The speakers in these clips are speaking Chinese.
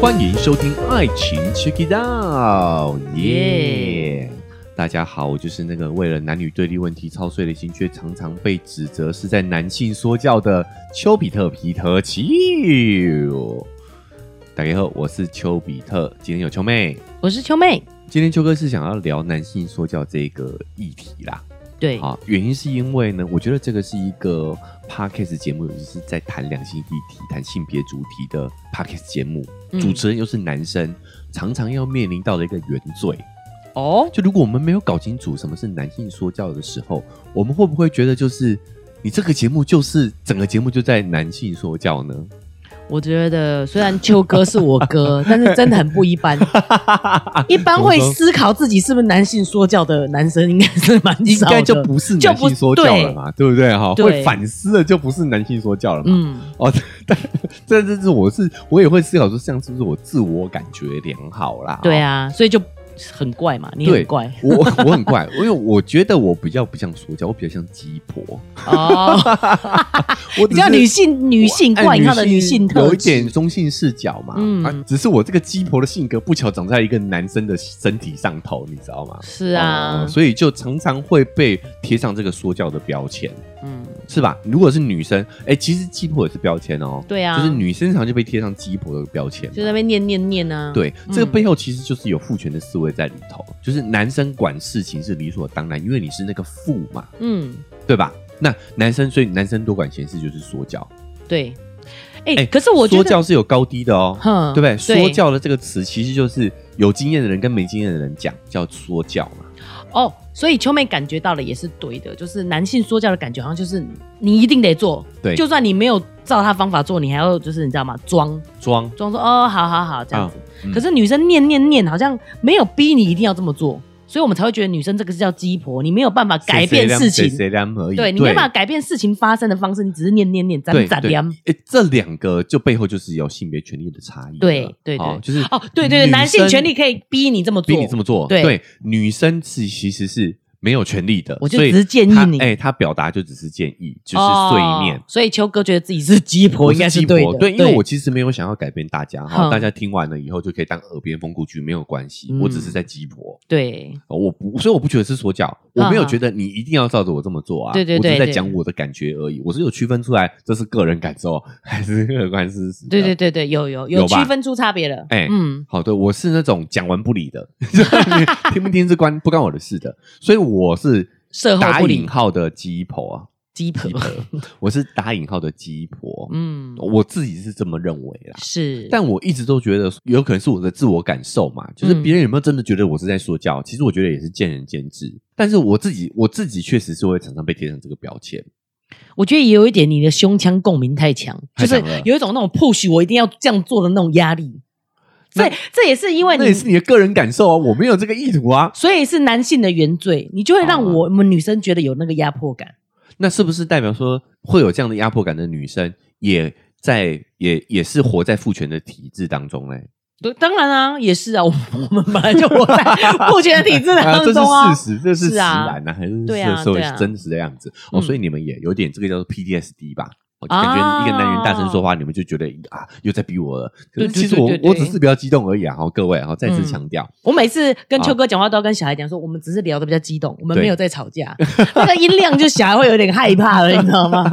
欢迎收听《爱情 Check It Out》，耶！大家好，我就是那个为了男女对立问题操碎了心，却常常被指责是在男性说教的丘比特皮特奇。大家好，我是丘比特，今天有丘妹。我是秋妹。今天秋哥是想要聊男性说教这个议题啦，对，啊，原因是因为呢，我觉得这个是一个 podcast 节目，也就是在谈两性议题、谈性别主题的 podcast 节目，嗯主持人又是男生，常常要面临到的一个原罪。哦，就如果我们没有搞清楚什么是男性说教的时候，我们会不会觉得就是你这个节目就是整个节目就在男性说教 呢？我觉得虽然秋哥是我 哥，但是真的很不一般。一般会思考自己是不是男性说教的男生，应该是蛮应少的。该就不是就男不性说教了嘛，对不对哈？对会反思的就不是男性说教了嘛。嗯，哦，但但这是我是我也会思考说，这样是不是我自我感觉良好啦？对哦，啊，所以就很怪嘛，你对很怪我 我很怪，因为我觉得我比较不像说教，我比较像鸡 婆，哦，我比只较是女性女性哎惯有她的女性特有一质点。中性视角嘛。嗯啊，只是我这个鸡婆的性格不巧长在一个男生的身体上头，你知道吗？是啊哦，所以就常常会被贴上这个说教的标签，嗯，是吧？如果是女生，哎、其实鸡婆也是标签哦。对啊，就是女生常就被贴上鸡婆的标签嘛，就在那边念念念啊。对，这个嗯背后其实就是有父权的思维在里头，就是男生管事情是理所当然，因为你是那个父嘛，嗯，对吧？那男生所以男生多管闲事就是说教，对。哎、哎可是我觉说得，教是有高低的哦，哼对不对？说教的这个词其实就是有经验的人跟没经验的人讲叫说教嘛，哦，所以秋妹感觉到了也是对的，就是男性说教的感觉，好像就是你一定得做，对就算你没有照他方法做，你还要就是你知道吗？装装装说哦，好好好这样子。嗯可是女生念念念，好像没有逼你一定要这么做，所以我们才会觉得女生这个是叫鸡婆，你没有办法改变事谁情，谁凉而已，对你没办法改变事情发生的方式，你只是念念念，对咱咱对凉。诶这两个就背后就是有性别权利的差异了，对对对哦就是哦，对对对，女男性生权利可以逼你这么做，逼你这么做。对女生是其实是没有权利的，我就所以只是建议她你哎、她表达就只是建议，就是碎念哦。所以秋哥觉得自己是鸡婆，我应该是鸡对婆的，对，因为我其实没有想要改变大家哈，嗯大家听完了以后就可以当耳边风过去，没有关系。嗯我只是在鸡婆，对。我不，所以我不觉得是说教，我没有嗯觉得你一定要照着我这么做啊。对对我只是对在对讲我的感觉而已，我是有区分出来，这是个人感受 还是客观事实的。对对对对，有有有呃有吧区分出差别了。哎嗯，好的，我是那种讲完不理的， 听不听是关不关我的事的，所以我是售后打不理引号的鸡婆啊，鸡婆鸡，婆，我是打引号的鸡婆，嗯，我自己是这么认为啦。是，但我一直都觉得，有可能是我的自我感受嘛，就是别人有没有真的觉得我是在说教，其实我觉得也是见仁见智。但是我自己，我自己确实是会常常被贴上这个标签。我觉得也有一点你的胸腔共鸣太强，太就强是了有一种那种 push 我一定要这样做的那种压力。那这这也是因为那你也，是你的个人感受啊，我没有这个意图啊。所以是男性的原罪，你就会啊让我们女生觉得有那个压迫感。那是不是代表说会有这样的压迫感的女生，也在也也是活在父权的体制当中嘞？对，当然啊，也是啊，我们我们本来就活在 父权体制 当这中啊。是事实，这是实是啊然呐、还是对啊社会对啊真实的样子、哦。嗯所以你们也有点这个叫做 PTSD 吧？哦我就啊感觉一个男人大声说话，你们就觉得啊，又在逼我了。可是对对其实我对对对嗯我只是比较激动而已啊！好，各位，好，再次强调，我每次啊跟秋哥讲话都要跟小孩讲说，我们只是聊的比较激动，我们对没有在吵 架。那个音量就小孩会有点害怕了，你知道吗？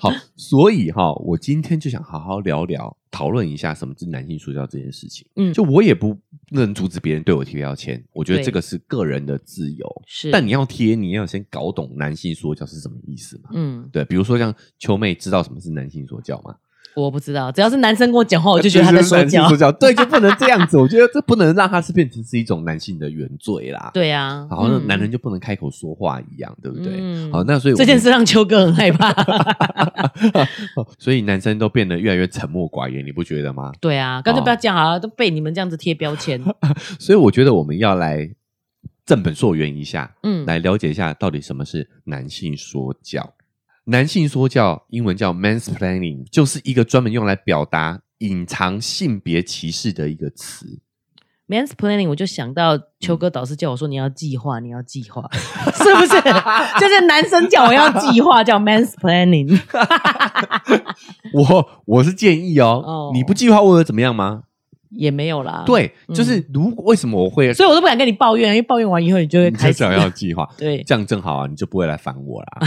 好，所以哈、我今天就想好好聊聊、讨论一下什么是男性说教这件事情。嗯就我也不能阻止别人对我贴标签，我觉得对这个是个人的自由。是但你要贴，你要先搞懂男性说教是什么意思嘛？嗯，对，比如说像秋妹知道什么是男性说教吗？哎我不知道，只要是男生跟我讲话，哦我就觉得他在说男性 教说。教，对，就不能这样子。我觉得这不能让它是变成是一种男性的原罪啦。，对啊，好像嗯男人就不能开口说话一样，对不对？嗯好，那所以我这们件事让秋哥很害怕。 所以男生都变得越来越沉默寡言，你不觉得吗？对啊，干脆不要讲啊，都被你们这样子贴标签。所以我觉得我们要来正本溯源一下， 嗯，来了解一下到底什么是男性说教。男性说教英文叫 mansplaining，就是一个专门用来表达隐藏性别歧视的一个词。 mansplaining，我就想到秋哥导师叫我说你要计划，你要计划，嗯 是不是？就是男生叫我要计划，叫 mansplaining。我我是建议哦，哦你不计划为了怎么样吗？也没有啦。，对，嗯就是如果为什么我会所以我都不敢跟你抱怨，因为抱怨完以后你就会你开就始想要计划， 对这样正好啊，你就不会来烦我啦。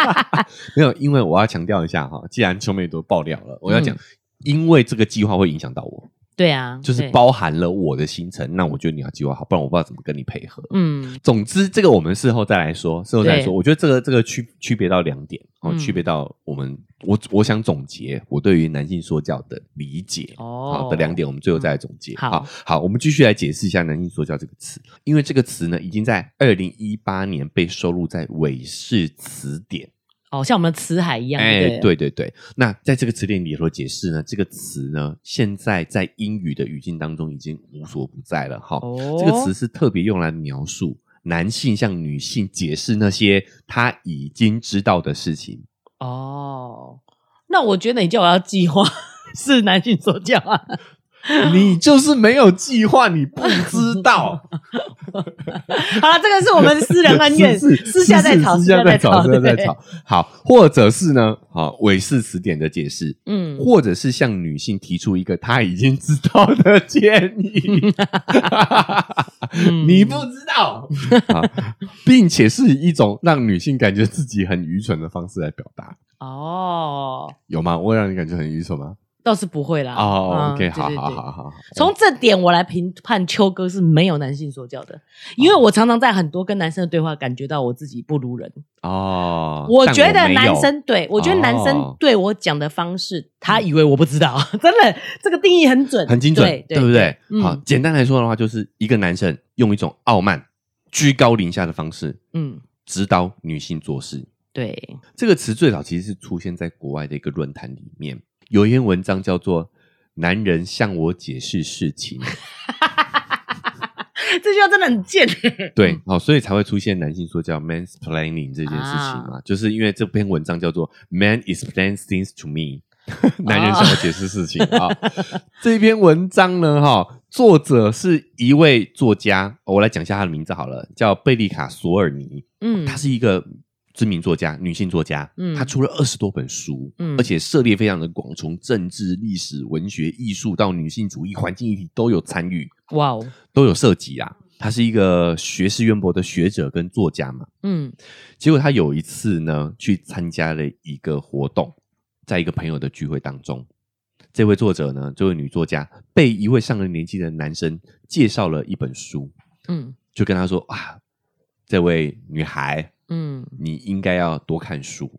没有，因为我要强调一下哈，既然秋妹都爆料了，我要嗯讲，因为这个计划会影响到我，对啊，就是对。包含了我的行程，那我觉得你要计划好，不然我不知道怎么跟你配合。嗯总之，这个我们事后再来说，事后再来说。对我觉得这个这个区区别到两点，哦，嗯区别到我们我我想总结我对于男性说教的理解。哦好的两点，我们最后再来总结。嗯好好，好我们继续来解释一下“男性说教”这个词，因为这个词呢，已经在二零一八年被收录在韦氏词典。哦，像我们的辞海一样，哎，对对对对。那在这个词典里头解释呢，这个词呢，现在在英语的语境当中已经无所不在了。哈、不对，这个词是特别用来描述男性向女性解释那些他已经知道的事 情。哦哦。那我觉得你叫我要计划是男性说教啊，你就是没有计划，你不知道。好了，这个是我们 私人恩怨，是是私下再吵， 是是私下再再吵，私下再。对吵。好，或者是呢？好，韦氏词典的解释，嗯，或者是向女性提出一个她已经知道的建 议，嗯你不知道啊，并且是以一种让女性感觉自己很愚蠢的方式来表达，哦，有吗？我会让你感觉很愚蠢吗？倒是不会啦。哦嗯，OK，对好对好对好好好，从这点我来评判秋哥是没有男性说教的，因哦为我常常在很多跟男生的对话感觉到我自己不如人。哦，我但觉得没有男生对我觉得男哦嗯生对我讲的方式，他以为我不知道，真的 这个定义很准，很精准，对对不对？好，嗯简单来说的话，就是一个男生用一种傲慢、居高临下的方式嗯，指导女性做事。对， 这个词最早其实是出现在国外的一个论坛里面，有一篇文章叫做《男人向我解释事情》，这句话真的很贱。对嗯，好、所以才会出现男性说教 mansplaining 这件事情嘛，就是因为这篇文章叫做 Man explains things to me，男 人向我解释事情啊、这篇文章呢，哈、作者是一位作家，我来讲一下他的名字好了，叫贝利卡索尔尼，嗯她是一个。知名作家，女性作家，嗯她出了二十多本书，嗯而且涉猎非常的广，从政治、历史、文学、艺术到女性主义、环境议题都有参与。哇哦，都有涉及啊。他是一个学识渊博的学者跟作家嘛。嗯结果他有一次呢，去参加了一个活动，在一个朋友的聚会当中，这位作者呢，这位女作家被一位上了年纪的男生介绍了一本书，嗯就跟他说啊，这位女孩，嗯你应该要多看书。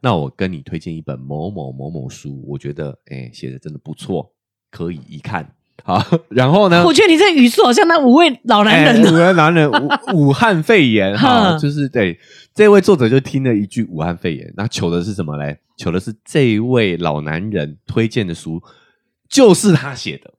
那我跟你推荐一本某某某某书，我觉得哎写的真的不错，可以一看。好， 然后呢？我觉得你这语速好像那五位老男人哎哦。武汉男人，武武汉肺 炎哈，哼就是对这位作者就听了一句武汉肺炎，那求的是什么嘞？求的是这位老男人推荐的书就是他写的，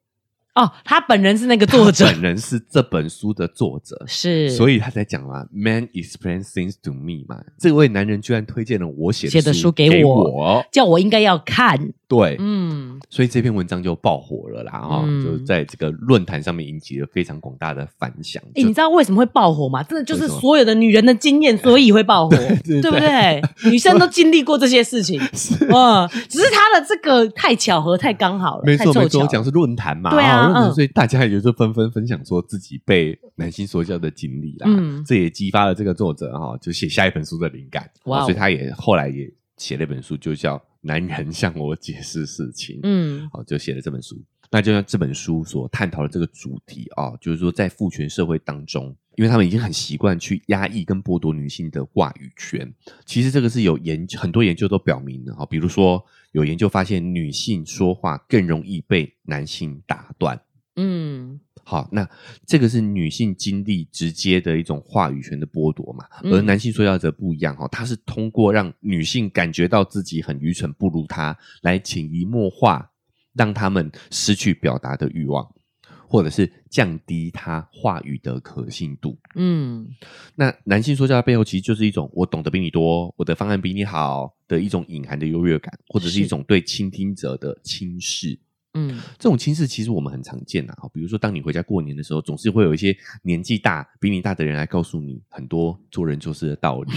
哦，他本人是那个作者他，本人是这本书的作者。是，所以以他才讲嘛，Man explains things to me 嘛，这位男人居然推荐了我写写的书书给给我我叫我应该要看。对，嗯所以这篇文章就爆火了啦，哈、嗯就在这个论坛上面引起了非常广大的反响。哎、你知道为什么会爆火吗？真的就是为什么所有的女人的经 验，所以会爆火，对对不对？女生都经历过这些事情，嗯，只是她的这个太巧合，太刚好 了，没错太没凑巧错，了讲是论坛嘛，对哦啊论坛嗯所以大家也就纷纷分享说自己被男性说教的经历啦，嗯这也激发了这个作者哈、就写下一本书的灵感，哇哦所以他也后来也写了一本书，就叫《男人向我解释事情》，嗯好、哦就写了这本书。那就像这本书所探讨的这个主题啊、哦，就是说在父权社会当中，因为他们已经很习惯去压抑跟剥夺女性的话语权。其实这个是有研很多研究都表明的哈、哦，比如说有研究发现，女性说话更容易被男性打断。嗯好，那这个是女性经历直接的一种话语权的剥夺嘛，嗯而男性说教者不一样哈、哦，他是通过让女性感觉到自己很愚蠢不如他，来潜移默化让他们失去表达的欲望，或者是降低他话语的可信度。嗯那男性说教的背后其实就是一种我懂得比你多，我的方案比你好的一种隐含的优越感，或者是一是种对倾听者的轻视。嗯，这种轻视其实我们很常见啊，比如说当你回家过年的时候，总是会有一些年纪大、比你大的人来告诉你很多做人做事的道理，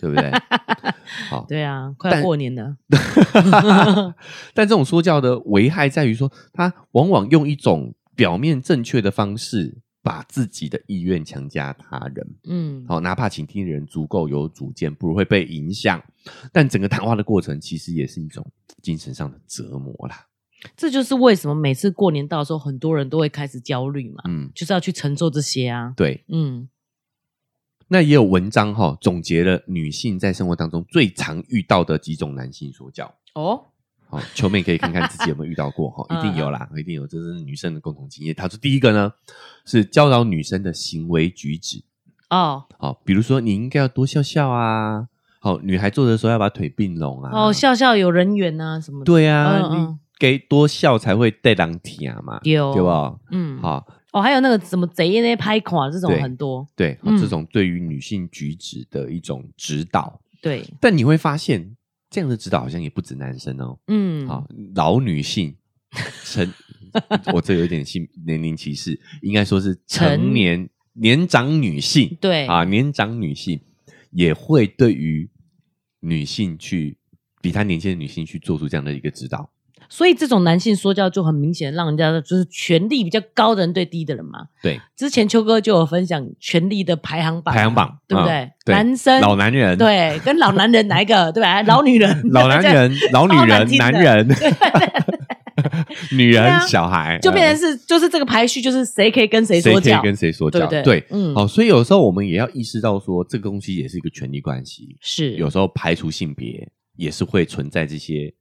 对不对？ 好，对啊，快要过年了，但这种说教的危害在于说，他往往用一种表面正确的方式，把自己的意愿强加他人。嗯，好，哪怕倾听的人足够有主见，不如会被影响，但整个谈话的过程其实也是一种精神上的折磨啦。这就是为什么每次过年到的时候，很多人都会开始焦虑嘛，嗯，就是要去承受这些啊，对。嗯那也有文章哈、总结了女性在生活当中最常遇到的几种男性说教。哦， 好、球妹可以看看自己有没有遇到过 哈、嗯一定有啦，一定有，这是女生的共同经验。他说第一个呢是教导女生的行为举止，哦，好、比如说你应该要多笑笑啊，好、女孩坐着的时候要把腿并拢啊，哦，笑笑有人缘啊什么的，对啊，嗯嗯你给多笑才会带狼体啊嘛，对对吧？嗯，好、哦，还有那个什么贼那拍垮这种对很多，对、哦嗯这种对于女性举止的一种指导，对，但你会发现这样的指导好像也不止男生哦。嗯，好，老女性 成，我这有点性年龄歧视，应该说是成成年年长女性对啊，年长女性也会对于女性去比她年轻的女性去做出这样的一个指导。所以这种男性说教就很明显，让人家就是权力比较高的人对低的人嘛。对，之前秋哥就有分享权力的排行榜，排行榜对嗯不对？对男生老男人，，对跟老男人哪一个对吧？老女人，老男人，老女超难人，听的男 人， 女对啊人，小孩， 就变嗯成是就是这个排序，就是谁可以跟谁谁说可以教，跟谁说对教不，对？对。哦嗯，好，所以有时候我们也要意识到说，这个东西也是一个权力关系。是有时候排除性别也是会存在这些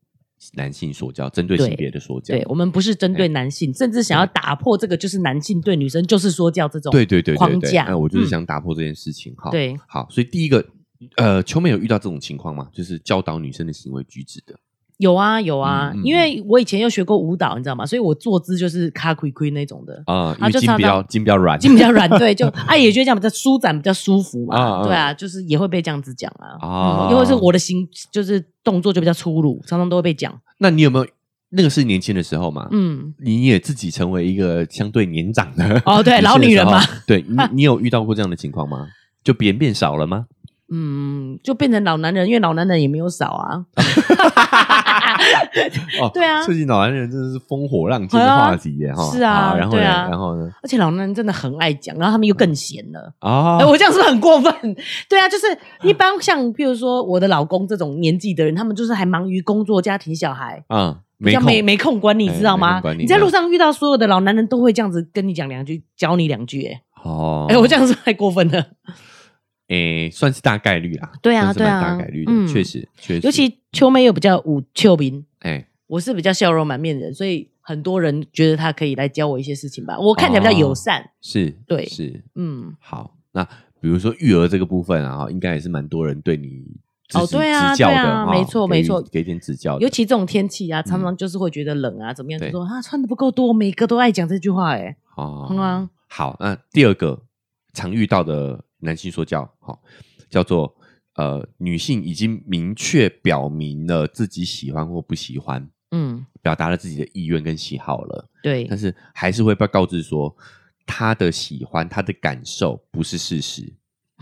男性说教，针对对性别的说教。对我们不是针对男性，甚至想要打破这个就是男性对女生就是说教这种，对对对对框对，架那我就是嗯想打破这件事情哈。对好，所以第一个，呃，秋妹有遇到这种情况吗？就是教导女生的行为举止的。有啊有啊，嗯嗯因为我以前又学过舞蹈，你知道吗？所以我坐姿就是卡亏亏那种的。啊，因啊为就筋常比较常筋比较软，筋比较软，对，就哎也觉得这样比较舒展，比较舒服嘛。啊啊对啊，就是也会被这样子讲啊。啊嗯因为是我的行，就是动作就比较粗鲁，常常都会被讲。那你有没有那个是年轻的时候嘛？嗯，你也自己成为一个相对年长的哦 对的时候老女人嘛。对你，你有遇到过这样的情况吗？就别人变少了 吗？嗯，就变成老男人，因为老男人也没有少啊。哦，对啊最近老男人真的是烽火浪尖哎的呀话题耶哈。是啊好然后呢？对啊然后呢？而且老男人真的很爱讲，然后他们又更闲了。啊哎、，我这样是不是很过分？对啊，就是一般像譬如说我的老公这种年纪的人，他们就是还忙于工作、家庭、小孩，嗯，比没较空没没空管你，哎知道没吗空？管你你在路上遇到所有的老男人都会这样子跟你讲两句，教你两句、哎。哦。哎、我这样是不是太过分了。诶，哎算是大概率啦。对算啊是蛮对啊大概率的，嗯确实确实。尤其秋妹又比较舞秋明，哎，我是比较笑容满面的人，所以很多人觉得她可以来教我一些事情吧。我看起来比较友善，是，对是嗯，好。那比如说育儿这个部分啊，应该也是蛮多人对你指哦指对啊指教对的啊哈没错给予没错给点指教的。嗯尤其这种天气啊，常常就是会觉得冷啊，怎么样？对就说啊，穿的不够多，每个都爱讲这句话、哎，哦嗯啊，好，那第二个常遇到的男性说教，好、叫做呃，女性已经明确表明了自己喜欢或不喜欢，嗯，表达了自己的意愿跟喜好了，对但，是还是会被告知说，她的喜欢、她的感受不是事实。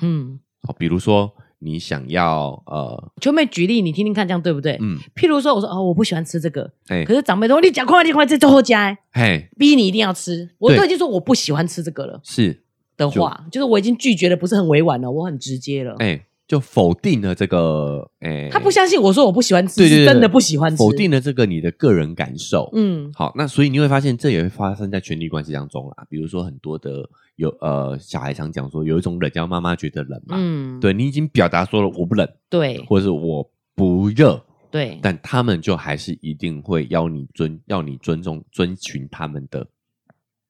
嗯，好、比如说你想要呃，秋妹举例，你听听看，这样对不对？嗯，譬如说，我说哦，我不喜欢吃这个，哎、可是长辈都说你讲快点，快点，这最后加、哎嘿，逼你一定要吃。我对都已经说我不喜欢吃这个了是的话，就是我已经拒绝的不是很委婉了，我很直接了。哎、就否定了这个哎，哦他不相信我说我不喜欢吃，对对对是真的不喜欢吃，否定了这个你的个人感受，嗯，好，那所以你会发现，这也会发生在权力关系当中啦。比如说，很多的有呃小孩常讲说，有一种冷叫妈妈觉得冷嘛。嗯，对你已经表达说了我不冷，对或者是我不热，对但他们就还是一定会要你尊要你尊重遵循他们的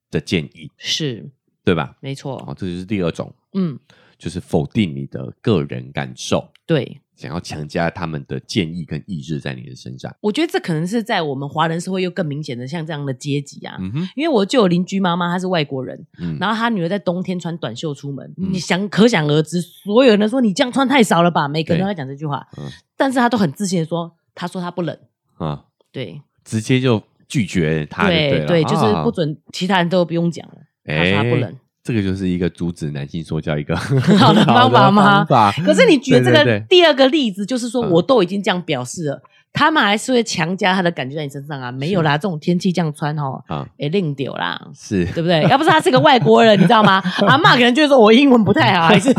的建议，是对吧？没错好，，这就是第二种，嗯，就是否定你的个人感受，对，想要强加他们的建议跟意志在你的身上。我觉得这可能是在我们华人社会又更明显的像这样的阶级啊。嗯哼，因为我就有邻居妈妈，她是外国人，嗯，然后她女儿在冬天穿短袖出门，嗯你想可想而知，所有人都说你这样穿太少了吧，每个人都在讲这句话，嗯但是她都很自信的说，她说她不冷，啊，对直接就拒绝他就对了对，就是啊不准，其他人都不用讲了，哎，他不能。这个就是一个阻止男性说教一个 好的方方法吗法可是你举这对对个对第二个例子，就是说嗯我都已经这样表示了，他们还是会强加他的感觉在你身上啊，没有啦，这种天气这样穿哦，啊，哎，令丢啦， 是对不对？要不是他是个外国人，你知道吗？阿妈可能就会说我英文不太好，还是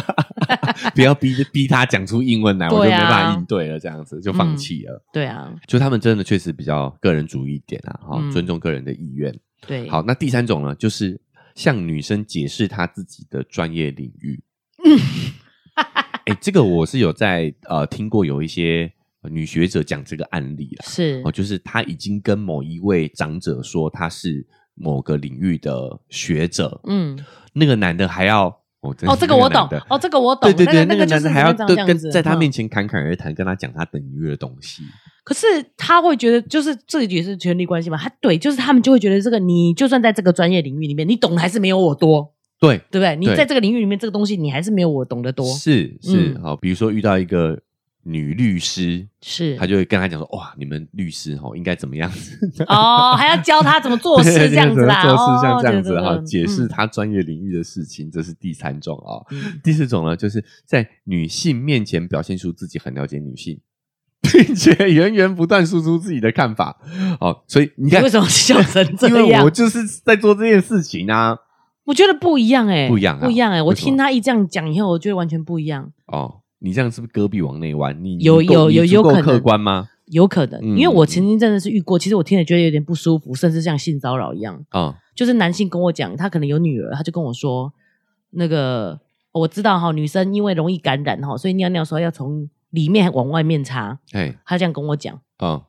不要逼逼他讲出英文来，我就没对啊办法应对了，这样子就放弃了。对啊，就他们真的确实比较个人主义一点啊，哈、嗯尊重个人的意愿。对，好，那第三种呢，就是向女生解释她自己的专业领 域。哎、这个我是有在呃听过有一些呃女学者讲这个案例啦。是哦，就是她已经跟某一位长者说她是某个领域的学者，嗯，那个男的还要哦，真哦，是这个我那懂男的，哦，这个我懂，对对对，那个个就男是的还要这对样跟子，在他嗯面前侃侃而谈，跟他讲他等于的东西。可是他会觉得，就是这也是权力关系嘛。他对，就是他们就会觉得这个，你就算在这个专业领域里面，你懂的还是没有我多，对，对不对？你对在这个领域里面，这个东西你还是没有我懂得多。是是嗯好，比如说遇到一个女律师，是他就会跟他讲说，哇，你们律师哦应该怎么样子 哦，还要教他怎么做对事这样子啦， 做事像哦这样子对对哈，对解释嗯他专业领域的事情，这是第三种啊。嗯第四种呢，就是在女性面前表现出自己很了解女性。并且 源源不断输出自己的看法，哦，所以你你看为，什么笑成这 因为样我？就是在做这件事情啊。我觉得不一样哎，不一样啊不一样哎！我为什么听他一这样讲以后，我觉得完全不一样，哦，你这样是不是戈壁往内弯？你有你够有你有足有够可能客观吗？有可能，嗯因为我曾经真的是遇过，其实我听了觉得有点不舒服，甚至像性骚扰一样。啊、就是男性跟我讲，他可能有女儿，他就跟我说，那个我知道哈，女生因为容易感染哈，所以尿尿的时候要从里面往外面擦。哎，他这样跟我讲，啊，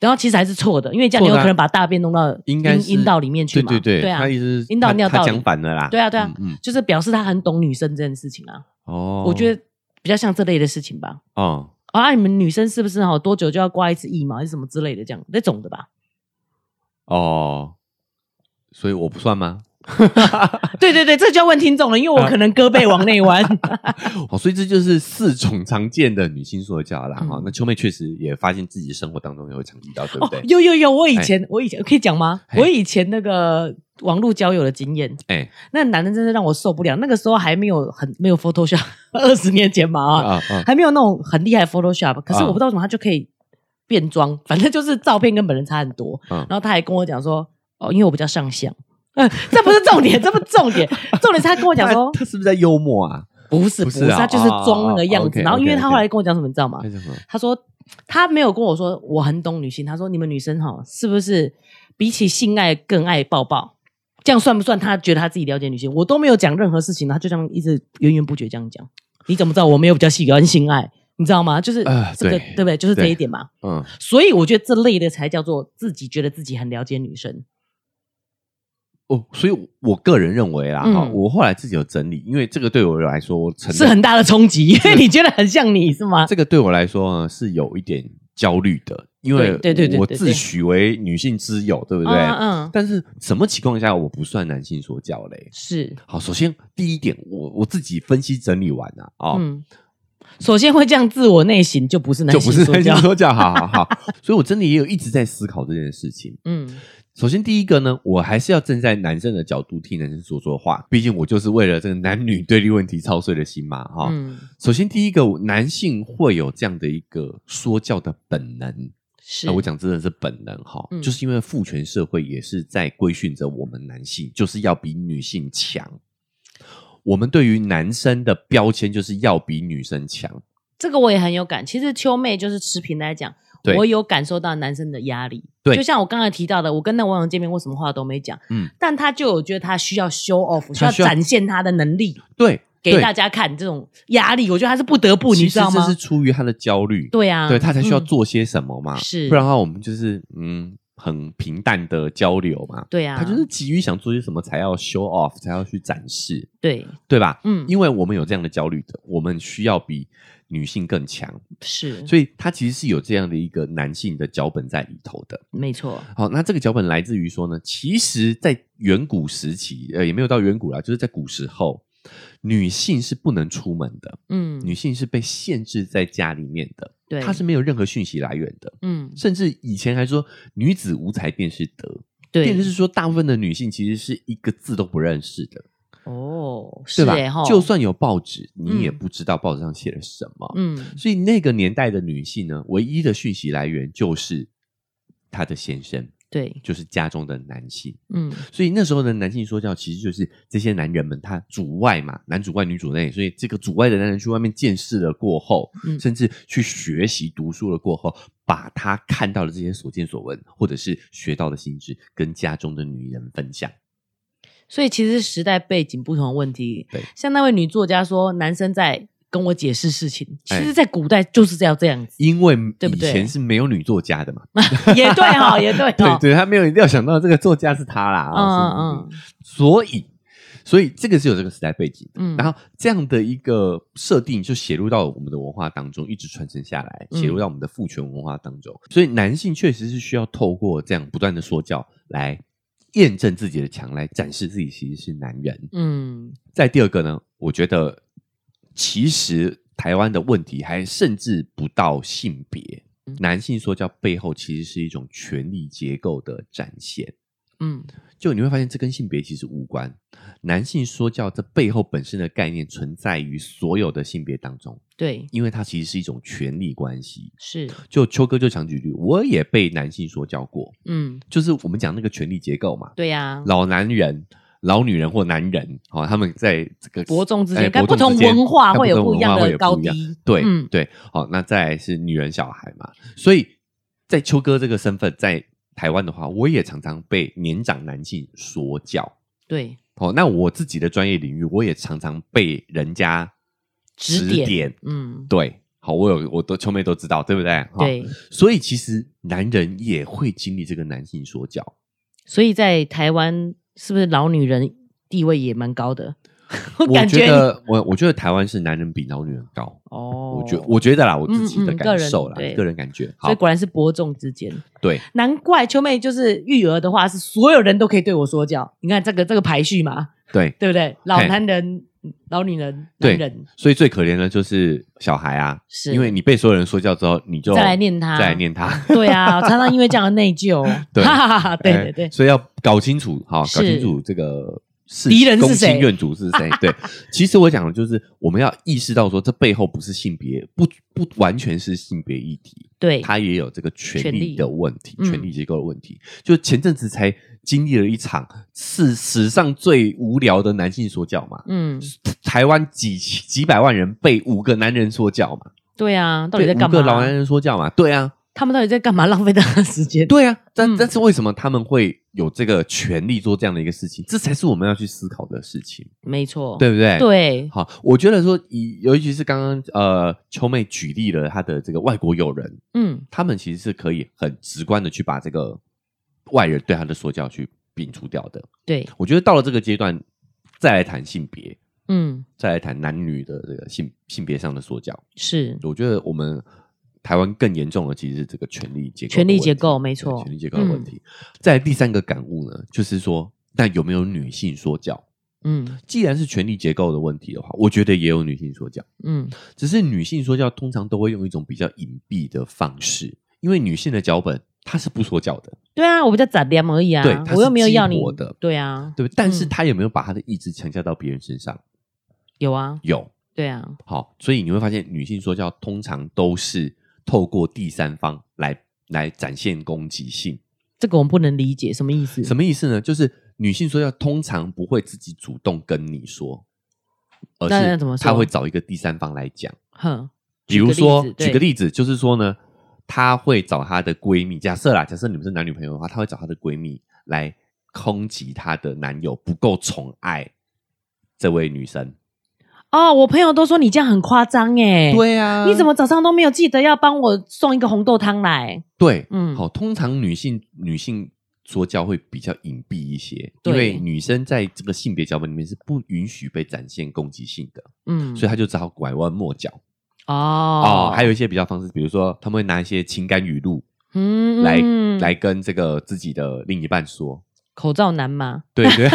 然后其实还是错的，因为这样你错有的啊可能把大便弄到应该阴是阴道里面对去嘛。对对，啊他，意思是阴道他尿他道理讲反了啦。对啊对啊嗯，嗯就是表示他很懂女生这件事情啊。哦，我觉得比较像这类的事情吧。哦，啊，你们女生是不是哈多久就要挂一次疫苗还是什么之类的这样那种的吧？哦，所以我不算吗？对对对，这就要问听众了，因啊为我可能胳膊往内弯。哦，所以这就是四种常见的女性说教啦。哈、嗯那秋妹确实也发现自己生活当中也会常遇到，对不哦 对，？ 哎有有有，我以前我以前可以讲吗？嘿我以前那个网络交友的经验，哎、那男的真的让我受不了。那个时候还没有很没有 Photoshop，二十年前嘛啊，啊啊，还没有那种很厉害的 Photoshop。可是啊我不知道为什么他就可以变装， 反正就是照片跟本人差很多。嗯然后他还跟我讲说，哦，因为我比较上相。 嗯，这不是 重点，这不是重点，重点是他跟我讲说他，他是不是在幽默啊？不 是不不是是，啊他就是装那哦哦哦个样子。 OK，然后因为 OK，他 OK 后来跟我讲什么，你知道吗他？什么？他说他没有跟我说我很懂女性，他说你们女生哈是不是比起性爱更爱抱抱？这样算不算？他觉得他自己了解女性，我都没有讲任何事情，他就这样一直源源不绝这样讲。你怎么知道我没有比较喜欢性爱？你知道吗？就是啊这个、对对不对？就是这对一点嘛。嗯，所以我觉得这类的才叫做自己觉得自己很了解女生。哦，所以我我个人认为啦，哈、嗯我后来自己有整理，因为这个对我来说，我承是认很大的冲击，因为你觉得很像你是吗？这个对我来说呢是有一点焦虑的，因为对对对对我对自对诩为女性之友，对不对？嗯嗯，但是什么情况下我不算男性说教嘞？是，好，首先第一点，我我自己分析整理完啊，哦，嗯。首先会这样自我内省，就不是男就性不是说男性教，说教，好好好。所以我真的也有一直在思考这件事情。嗯，首先第一个呢，我还是要站在男生的角度替男生说说话，毕竟我就是为了这个男女对立问题操碎了心嘛，哈、嗯，首先，第一个，男性会有这样的一个说教的本能，是，那我讲真的是本能哈，嗯就是因为父权社会也是在规训着我们男性，就是要比女性强。我们对于男生的标签就是要比女生强，这个我也很有感。其实秋妹就是持平来讲对，我有感受到男生的压力。对就像我刚才提到的，我跟那网友见面，为什么话都没讲？嗯嗯，但他就有觉得他需要 show off，需他要需要展现他的能力对，给对大家看，这种压力，我觉得他是不得不，其你实知道这吗是？出于他的焦虑，对啊，对他才需要嗯。做些什么嘛，是不然的话我们就是嗯很平淡的交流嘛，对啊，他就是急于想做些什么才要 show off，才要去展示，对，对吧？嗯，因为我们有这样的焦虑的，我们需要比女性更强，是，所以它其实是有这样的一个男性的脚本在里头的。没错，好，那这个脚本来自于说呢，其实，在远古时期，呃，也没有到远古啦，就是在古时候，女性是不能出门的，嗯，女性是被限制在家里面的。对，它是没有任何讯息来源的。嗯，甚至以前还说女子无才便是德，对变成是说大部分的女性其实是一个字都不认识的，哦，对是吧哎哈，？就算有报纸，你也嗯不知道报纸上写了什么。嗯所以那个年代的女性呢，唯一的讯息来源就是她的先生，对就是家中的男性。嗯所以那时候的男性说教，其实就是这些男人们他主外嘛，男主外女主内，所以这个主外的男人去外面见识了过后，嗯甚至去学习读书了过后，把他看到的这些所见所闻，或者是学到的心智，跟家中的女人分享。所以其实时代背景不同的问题，对像那位女作家说，男生在跟我解释事情，其哎实，在古代就是这样这样子， 因为对以不对前是没有女作家的嘛，也对哈，也对对哈， 对，他没有料想到这个作家是他啦，啊、嗯嗯嗯，所以所以这个是有这个时代背景的，嗯然后这样的一个设定就写入到我们的文化当中，一直传承下来，嗯写入到我们的父权文化当中，所以男性确实是需要透过这样不断的说教来验证自己的强，来展示自己其实是男人。嗯再第二个呢，我觉得其实台湾的问题还甚至不到性别。嗯男性说教背后其实是一种权力结构的展现，嗯就你会发现这跟性别其实无关。男性说教这背后本身的概念存在于所有的性别当中，对，因为它其实是一种权力关系。是，就秋哥就常举例，我也被男性说教过，嗯，就是我们讲那个权力结构嘛，对呀，老男人、老女人或男人，哦，他们在这个伯仲之哎间，但伯不仲同之间文化但会有同不一文样化会的有高不一样低，对、嗯对，好、那再来是女人小孩嘛，所以在秋哥这个身份在台湾的话，我也常常被年长男性说教。对，哦，那我自己的专业领域，我也常常被人家指点嗯，对，好，我有我都秋妹都知道，对不对？好，对，所以其实男人也会经历这个男性说教。所以在台湾是不是老女人地位也蛮高的？ 我我感觉觉得，我我觉得台湾是男人比老女人高。哦，我觉我觉得啦，我自己嗯嗯的嗯感个人受啦，对个人感觉。好所以，果然是伯仲之间，对，难怪秋妹就是育儿的话，是所有人都可以对我说教。你看这个这个排序嘛，对，对不对？老男人、老女人、对男人所以最可怜的就是小孩啊，是，因为你被所有人说教之后，你就再来念他，再来。念他。对啊，常常因为这样的内疚， 对哈哈哈， 对对哎对，所以要搞清楚，好，是搞清楚这个是敌人是谁攻心怨主是谁？ 对，其实我讲的就是我们要意识到说，这背后不是性别，不不完全是性别议题，对，它也有这个权权力力的问题，嗯权力结构的问题。就前阵子才经历了一场是史上最无聊的男性说教 嘛，嗯，台湾几几百万人被五个男人说教嘛，对啊，到底被在五干个老男嘛？人说教嘛，对啊，他们到底在干嘛？浪费大家的时间？对啊，但、嗯但是为什么他们会有这个权利做这样的一个事情？这才是我们要去思考的事情，没错，对不对？。对，好，我觉得说以，尤其是刚刚呃，秋妹举例了她的这个外国友人，嗯，他们其实是可以很直观的去把这个外人对他的说教去摒除掉的。对，我觉得到了这个阶段，再来谈性别，嗯，再来谈男女的这个性性别上的说教，是，我觉得我们台湾更严重的其实是这个权力结构的问题，权力结构没错嗯对权力结构的问题。在第三个感悟呢，就是说，那有没有女性说教？嗯既然是权力结构的问题的话，我觉得也有女性说教，嗯，只是女性说教通常都会用一种比较隐蔽的方式，因为女性的脚本她是不说教的，对啊，我比较咋点而已啊，对它我又是没有激要你活的对啊，对不对？但是嗯她有没有把她的意志强加到别人身上？有啊，有，对啊，好，所以你会发现女性说教通常都是透过第三方来来展现攻击性。这个我们不能理解什么意思？什么意思呢？就是女性说教通常不会自己主动跟你说，而那那是怎么说她会找一个第三方来讲。哼，比如说，对举个例子，就是说呢，她会找她的闺蜜，假设啦，假设你们是男女朋友的话，她会找她的闺蜜来抨击她的男友不够宠爱这位女生。哦，我朋友都说你这样很夸张哎，、对啊，你怎么早上都没有记得要帮我送一个红豆汤来？对？嗯好，通常女性女性说教会比较隐蔽一些，因对为女生在这个性别脚本里面是不允许被展现攻击性的，嗯，所以她就只好拐弯抹角哦哦还有一些比较方式，比如说他们会拿一些情感语录嗯来、嗯来跟这个自己的另一半说，口罩男嘛，对对，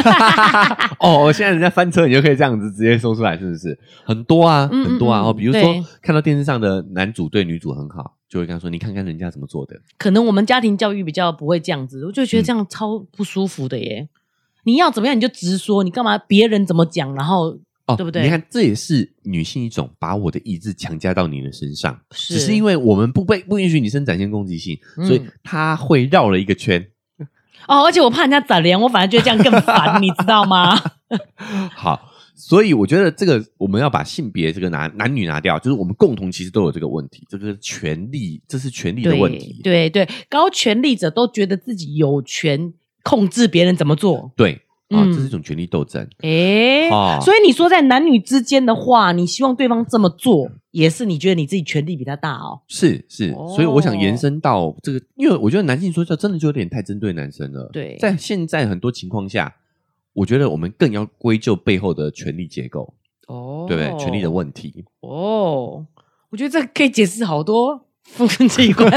哦，现在人家翻车，你就可以这样子直接说出来，是不是？很多啊，嗯嗯很多啊。嗯哦，比如对说看到电视上的男主对女主很好，就会跟他说：“你看看人家怎么做的。可能我们家庭教育比较不会这样子，我就嗯觉得这样超不舒服的耶。你要怎么样你就直说，你干嘛别人怎么讲，然后”哦，对不对你看，这也是女性一种把我的意志强加到你的身上，是只是因为我们不被不允许女生展现攻击性，嗯所以她会绕了一个圈。哦，而且我怕人家打脸，我反而觉得这样更 烦，你知道吗？好，所以我觉得这个我们要把性别这个拿男女拿掉，就是我们共同其实都有这个问题，这个权利，这是权利的问题。对对，高权力者都觉得自己有权控制别人怎么做。对啊，嗯这是一种权利斗争。诶，哦所以你说在男女之间的话，你希望对方这么做，也是你觉得你自己权力比他大哦。是是，哦所以我想延伸到这个，因为我觉得男性说教真的就有点太针对男生了。对在现在很多情况下，我觉得我们更要归咎背后的权力结构，哦对不对？权力的问题，哦，我觉得这可以解释好多夫妻关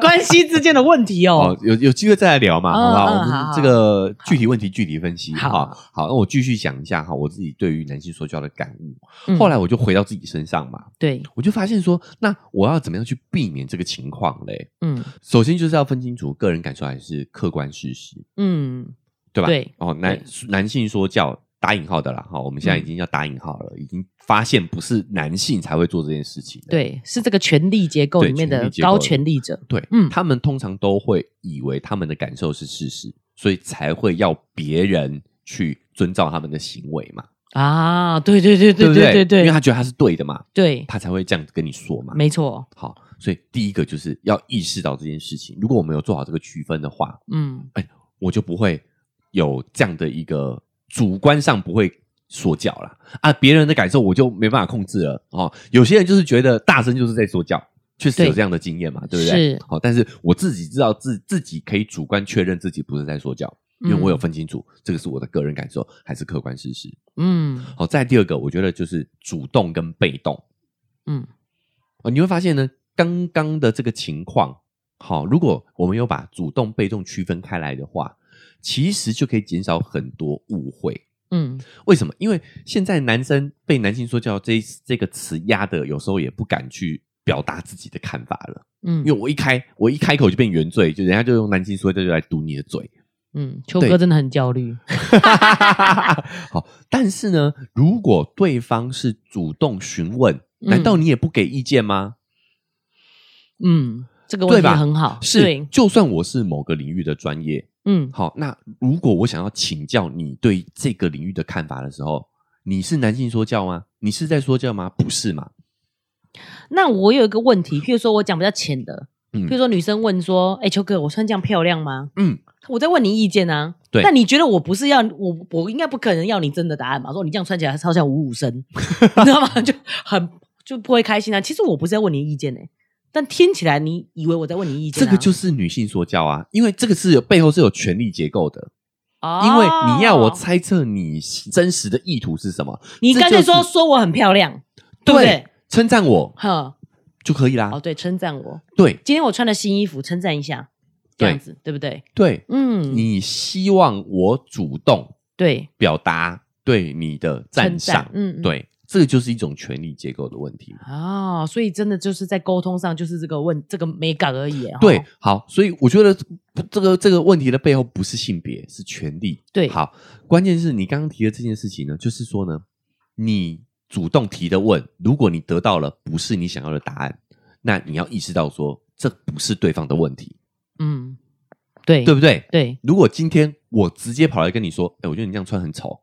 关系之间的问题哦哦。，有有机会再来聊嘛，嗯好不好？嗯我好们好这个具体问题具体分析，好哈好，那我继续讲一下哈，我自己对于男性说教的感悟。嗯后来我就回到自己身上嘛，对，我就发现说，那我要怎么样去避免这个情况嘞？嗯首先就是要分清楚个人感受还是客观事实，嗯，对吧？对哦，男男性说教打引号的啦，哈，我们现在已经要打引号了，已经发现不是男性才会做这件事情了。对，是这个权力结构对里面权的力结构高权力者。对，嗯他们通常都会以为他们的感受是事实，所以才会要别人去遵照他们的行为嘛，啊，对对对对不对对因为对他觉得他是对的嘛，对，他才会这样子跟你说嘛。没错，好，所以第一个就是要意识到这件事情。如果我们有做好这个区分的话，嗯我就不会有这样的一个主观上不会说教啦。啊，别人的感受我就没办法控制了哦。有些人就是觉得大声就是在说教，确实对有这样的经验嘛，对不对？哦是好、但是我自己知道自自己可以主观确认自己不是在说教，嗯因为我有分清楚、这个是我的个人感受还是客观事实。嗯好、再来第二个，我觉得就是主动跟被动。嗯哦，你会发现呢，刚刚的这个情况，好，如果我们有把主动被动区分开来的话，其实就可以减少很多误会。嗯，为什么？因为现在男生被男性说教这这个词压的，有时候也不敢去表达自己的看法了。嗯因为我一开我一开口就变原罪，就人家就用男性说教就来堵你的嘴。 嗯，秋对哥真的很焦虑。好，但是呢，如果对方是主动询问，难道你也不给意见吗？嗯，这个问对题吧很好，是对，，就算我是某个领域的专业，嗯好，那如果我想要请教你对这个领域的看法的时候，你是男性说教吗？你是在说教吗？不是嘛？那我有一个问题，譬如说我讲比较浅的，嗯譬如说女生问说：“哎、秋哥，我穿这样漂亮吗嗯，？”我在问你意见啊。对但你觉得我不是要我，我应该不可能要你真的答案嘛？说你这样穿起来超像五 五身，你知道吗？就很就不会开心啊。其实我不是在问你意见呢、欸但听起来你以为我在问你意见、这啊，个就是女性说教啊，因为这个是有背后是有权力结构的，哦因为你要我猜测你真实的意图是什么，你这干脆就是说说我很漂亮，对不对？称赞我哈，就可以啦。哦，对，称赞我，对今天我穿了新衣服，称赞一下，这对样子对不对？对，嗯，你希望我主动对，表达对你的赞称赏赞，，嗯，嗯。对，这个就是一种权力结构的问题。哦，所以真的就是在沟通上，就是这个问这个美感而已。哦对，，好，所以我觉得不这个这个问题的背后不是性别，是权利。对好，关键是你刚刚提的这件事情呢，就是说呢，你主动提的问，如果你得到了不是你想要的答案，那你要意识到说这不是对方的问题，嗯，对，对不对？对，如果今天我直接跑来跟你说，哎，我觉得你这样穿很丑，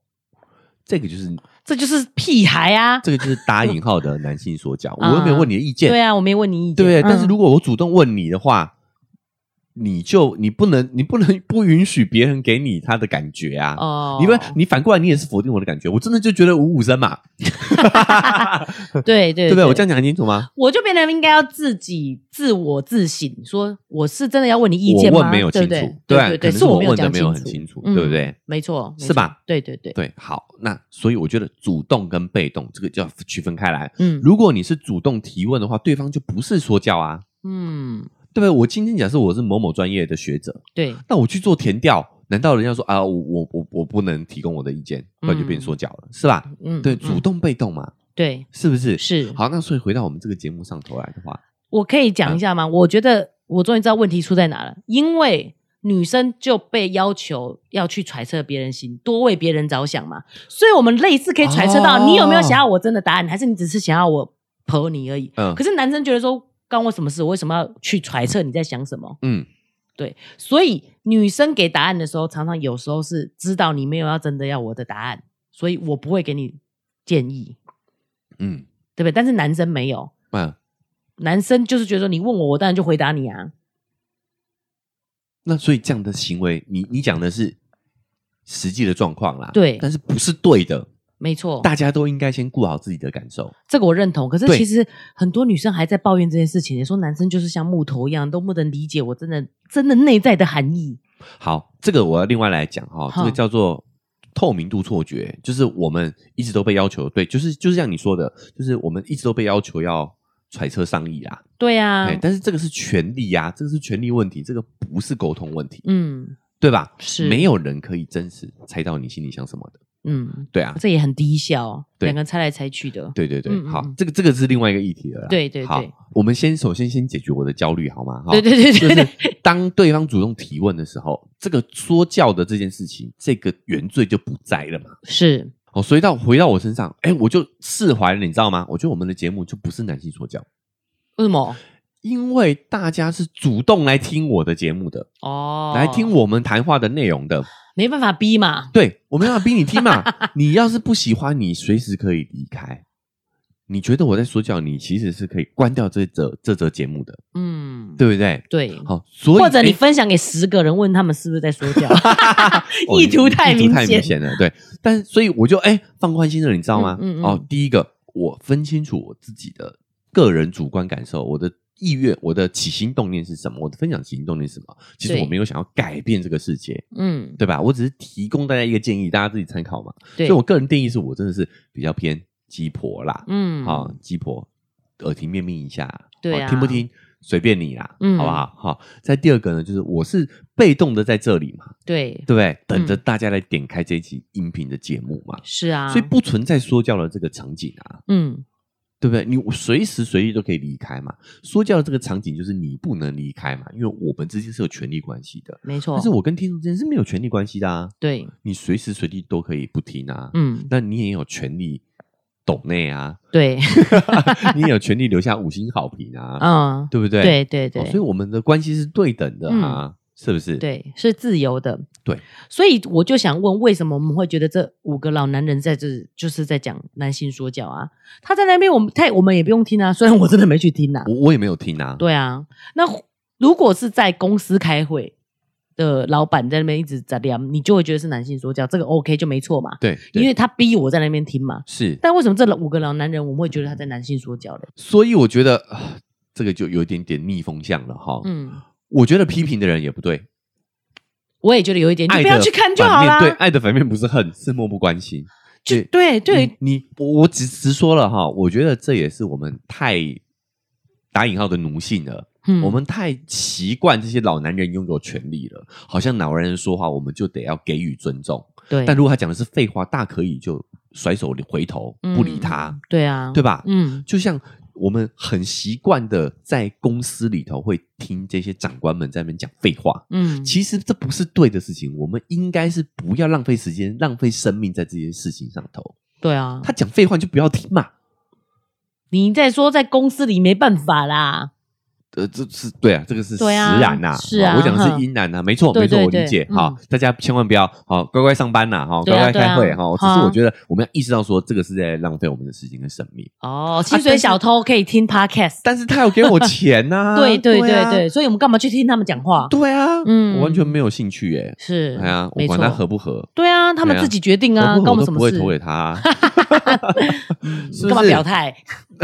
这个就是这就是屁孩啊。这个就是打引号的男性说教，我又没有问你的意见，对啊，我没问你意见。对不对？但是嗯如果我主动问你的话，你就你不能你不能 不允许别人给你他的感觉啊！哦，你不你反过来你也是否定我的感觉，我真的就觉得五五身嘛，对对对不对？我这样讲很清楚吗？我就变得应该要自己自我自省，说我是真的要问你意见我吗？问没有对清不楚，对啊对可对，能是是我问的讲没有很清楚，对不？嗯对？没错，没是吧错？对对对，对，好，那所以我觉得主动跟被动这个就要区分开来。嗯如果你是主动提问的话，对方就不是说教啊，嗯，对不对？我今天假设我是某某专业的学者，对，那我去做填调，难道人家说啊，我我我我不能提供我的意见，不然就变说教了，是吧？嗯，对，嗯主动被动嘛，对嗯是不是？是好，那所以回到我们这个节目上头来的话，我可以嗯讲一下吗？我觉得我终于知道问题出在哪了，因为女生就被要求要去揣测别人心，多为别人着想嘛，所以我们类似可以揣测到哦你有没有想要我真的答案，还是你只是想要我捧你而已。嗯可是男生觉得说，干我什么事？我为什么要去揣测你在想什么？嗯，对，所以女生给答案的时候，常常有时候是知道你没有要真的要我的答案，所以我不会给你建议，嗯对不对？但是男生没有，嗯，男生就是觉得说你问我，我当然就回答你啊。那所以这样的行为，你你讲的是实际的状况啦，对但是不是对的，没错，大家都应该先顾好自己的感受，这个我认同。可是对其实很多女生还在抱怨这件事情，说男生就是像木头一样，都不能理解我真的真的内在的含义。好，这个我要另外来讲哈、好这个叫做透明度错觉，就是我们一直都被要求，对，就是就是像你说的，就是我们一直都被要求要揣测上意啦，对啊哎、，但是这个是权利呀、这个是权利问题，这个不是沟通问题，嗯，对吧？是没有人可以真实猜到你心里想什么的，嗯，对啊，这也很低效，对两个人猜来猜去的。对对对，嗯嗯好嗯，这个这个是另外一个议题了啦，对对对好，我们先首先先解决我的焦虑好吗？哈对对对就对是对，当对方主动提问的时候，这个说教的这件事情，这个原罪就不在了嘛。是哦，所以到回到我身上，哎，我就释怀了，你知道吗？我觉得我们的节目就不是男性说教，为什么？因为大家是主动来听我的节目的，哦，来听，我们谈话的内容的。没办法逼嘛。对我没办法逼你听 嘛，你要是不喜欢，你随时可以离开。你觉得我在说教你，其实是可以关掉这则这则节目的，嗯，对不对？对。好，所以或者你哎，分享给十个人，问他们是不是在说教哦意图太意明太显明。显了。对，但是所以我就哎、放宽心了，你知道吗？嗯嗯嗯哦，第一个我分清楚我自己的个人主观感受，我的意愿，我的起心动念是什么，我的分享起心动念是什么。其实对我没有想要改变这个世界，嗯，对吧？我只是提供大家一个建议，大家自己参考嘛。所对以，我个人定义是我真的是比较偏鸡婆啦，嗯，啊、鸡婆，耳提面命一下，对哦啊听不听随便你啦，嗯好不好？好、再第二个呢，就是我是被动的在这里嘛。对，对不对？等着大家来点开这一期音频的节目嘛，是啊，所以不存在说教的这个场景啊，嗯，对不对？你随时随地都可以离开嘛。说教的这个场景就是你不能离开嘛，因为我们之间是有权利关系的，没错但，是我跟听众之间是没有权利关系的啊。对，你随时随地都可以不听啊，嗯，那你也有权利抖内啊， 对，你也有权利留下五星好评啊，嗯，对不对？对对对嗯哦所以我们的关系是对等的啊，是不是？，对，是自由的，对，所以我就想问，为什么我们会觉得这五个老男人在这就是在讲男性说教啊？他在那边，我们太我们也不用听啊，虽然我真的没去听啊，我我也没有听啊，对啊，那如果是在公司开会。的老板在那边一直在聊，你就会觉得是男性说教，这个 OK 就没错嘛，对，对因为他逼我在那边听嘛。是但为什么这五个老男人，我们会觉得他在男性说教嘞？所以我觉得啊这个就有一点点逆风向了哈。嗯，我觉得批评的人也不对，我也觉得有一点，你爱的不要去看就好反面啦。对，爱的反面不是恨，是漠不关心。就对对，你你我我只直说了哈，我觉得这也是我们太打引号的奴性了。嗯我们太习惯这些老男人拥有权利了，好像老男人说话我们就得要给予尊重。对，但如果他讲的是废话，大可以就甩手回头嗯不理他，，对啊，对吧？嗯，就像我们很习惯的在公司里头会听这些长官们在那边讲废话，嗯其实这不是对的事情。我们应该是不要浪费时间、浪费生命在这些事情上头。对啊。他讲废话你就不要听嘛。你在说在公司里没办法啦，呃，这是对啊，这个是实对啊然呐、是啊好我讲的哼是因然呐、没错，对没错，对我理解对哈、嗯大家千万不要好、乖乖上班呐、哈、对乖啊乖开对会啊哈、好啊只是我觉得我们要意识到说，这个是在浪费我们的时间跟生命。啊哦，薪水小偷可以听 podcast，、但是他有给我钱呐、对对对啊对，所以我们干嘛去听他们讲话？对啊，嗯我完全没有兴趣耶、是，哎呀，我啊没错管，他合不合，对啊，他们自己决定啊，合不关合我都我们什不么会事？嗯投给他 啊。是不是干嘛表态？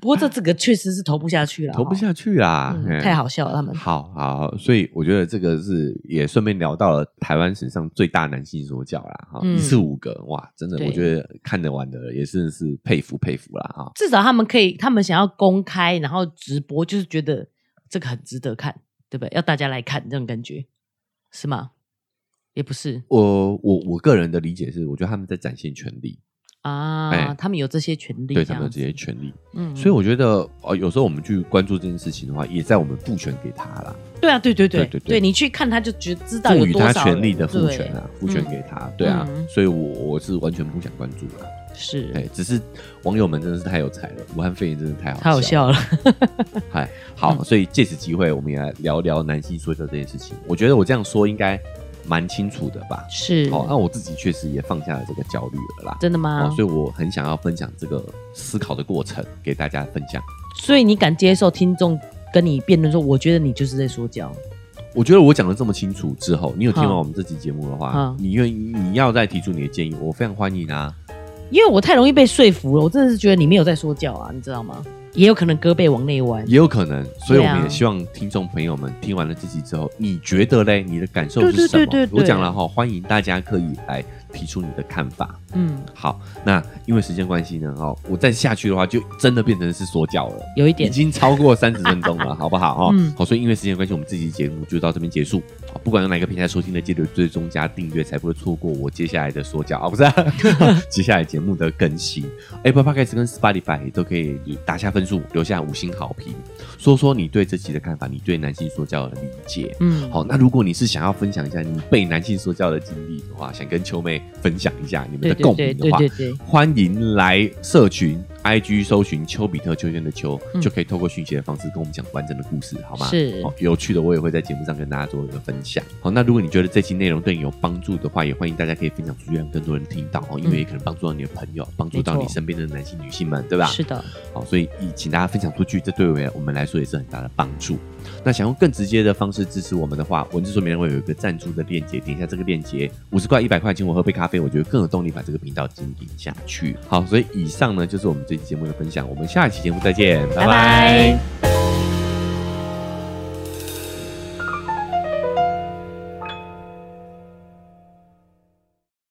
不过这这个确实是投不下去了，投不、下去啊嗯，嘿太。好笑了，他们好好，所以我觉得这个是也顺便聊到了台湾史上最大男性说教啦，哈、嗯一次五个，哇，真的，对我觉得看得完的也真的是佩服佩服啦，哈，至少他们可以，他们想要公开，然后直播，就是觉得这个很值得看，对不对？要大家来看这种感觉，是吗？也不是我我我个人的理解是，我觉得他们在展现权利，啊，哎他们有这些权利，对这他样们的子，这些权利。嗯，所以我觉得，呃，有时候我们去关注这件事情的话，也在我们赋权给他啦，对啊，对对对对对对你去看他就觉知道赋有予多他少人权利的赋对权啊，赋权嗯给他，对啊嗯，所以我我是完全不想关注啦。是哎，只是网友们真的是太有才了，武汉肺炎真的太好，太好。笑了，嗯嗨，好，所以借此机会，我们也来聊聊南希说教这件事情。我觉得我这样说应该蛮清楚的吧？哦是啊好，那我自己确实也放下了这个焦虑了啦。真的哦吗，？所以我很想要分享这个思考的过程给大家分享。所以你敢接受听众跟你辩论说，我觉得你就是在说教，我觉得我讲的这么清楚之后，你有听完好我们这期节目的话好，你愿意你要再提出你的建议，我非常欢迎啊。因为我太容易被说服了，我真的是觉得你没有在说教啊，你知道吗？也有可能胳膊往内弯，也有可能，所以我对们啊也希望听众朋友们听完了这集之后，你觉得嘞？你的感受对是对什么？对对对我讲了哈，欢迎大家可以来提出你的看法。嗯，好，那因为时间关系呢，哈，我再下去的话就真的变成是说教了。有一已点经超过三十分钟 了，好不好？哦，嗯好，所以因为时间关系，我们这期节目就到这边结束。好不管用哪个平台收听的，记得追踪加订阅，才不会错过我接下来的说教啊，不 是啊、接下来节目的更新。Apple Podcast 跟 Spotify 也都可以打下分数，留下五星好评，说说你对这期的看法，你对男性说教的理解。嗯，好，那如果你是想要分享一下你被男性说教的经历的话，想跟秋妹分享一下你们对的对共对鸣对的话，对对，欢迎来社群 IG 搜寻丘比特秋天的秋，嗯就可以透过讯息的方式跟我们讲完整的故事，好吗？是哦，有趣的我也会在节目上跟大家做一个分享。好，那如果你觉得这期内容对你有帮助的话，也欢迎大家可以分享出去，让更多人听到哦，因为嗯也可能帮助到你的朋友，帮助到没错你身边的男性、女性们，对吧？是的，好，所以请大家分享出去，这对我们来说也是很大的帮助。那想用更直接的方式支持我们的话，文字说明栏会有一个赞助的链接，点一下这个链接，五十块、一百块，请我喝杯咖啡，我觉得更有动力把这个频道经营下去。好，所以以上呢就是我们这期节目的分享，我们下期节目再见，拜拜拜拜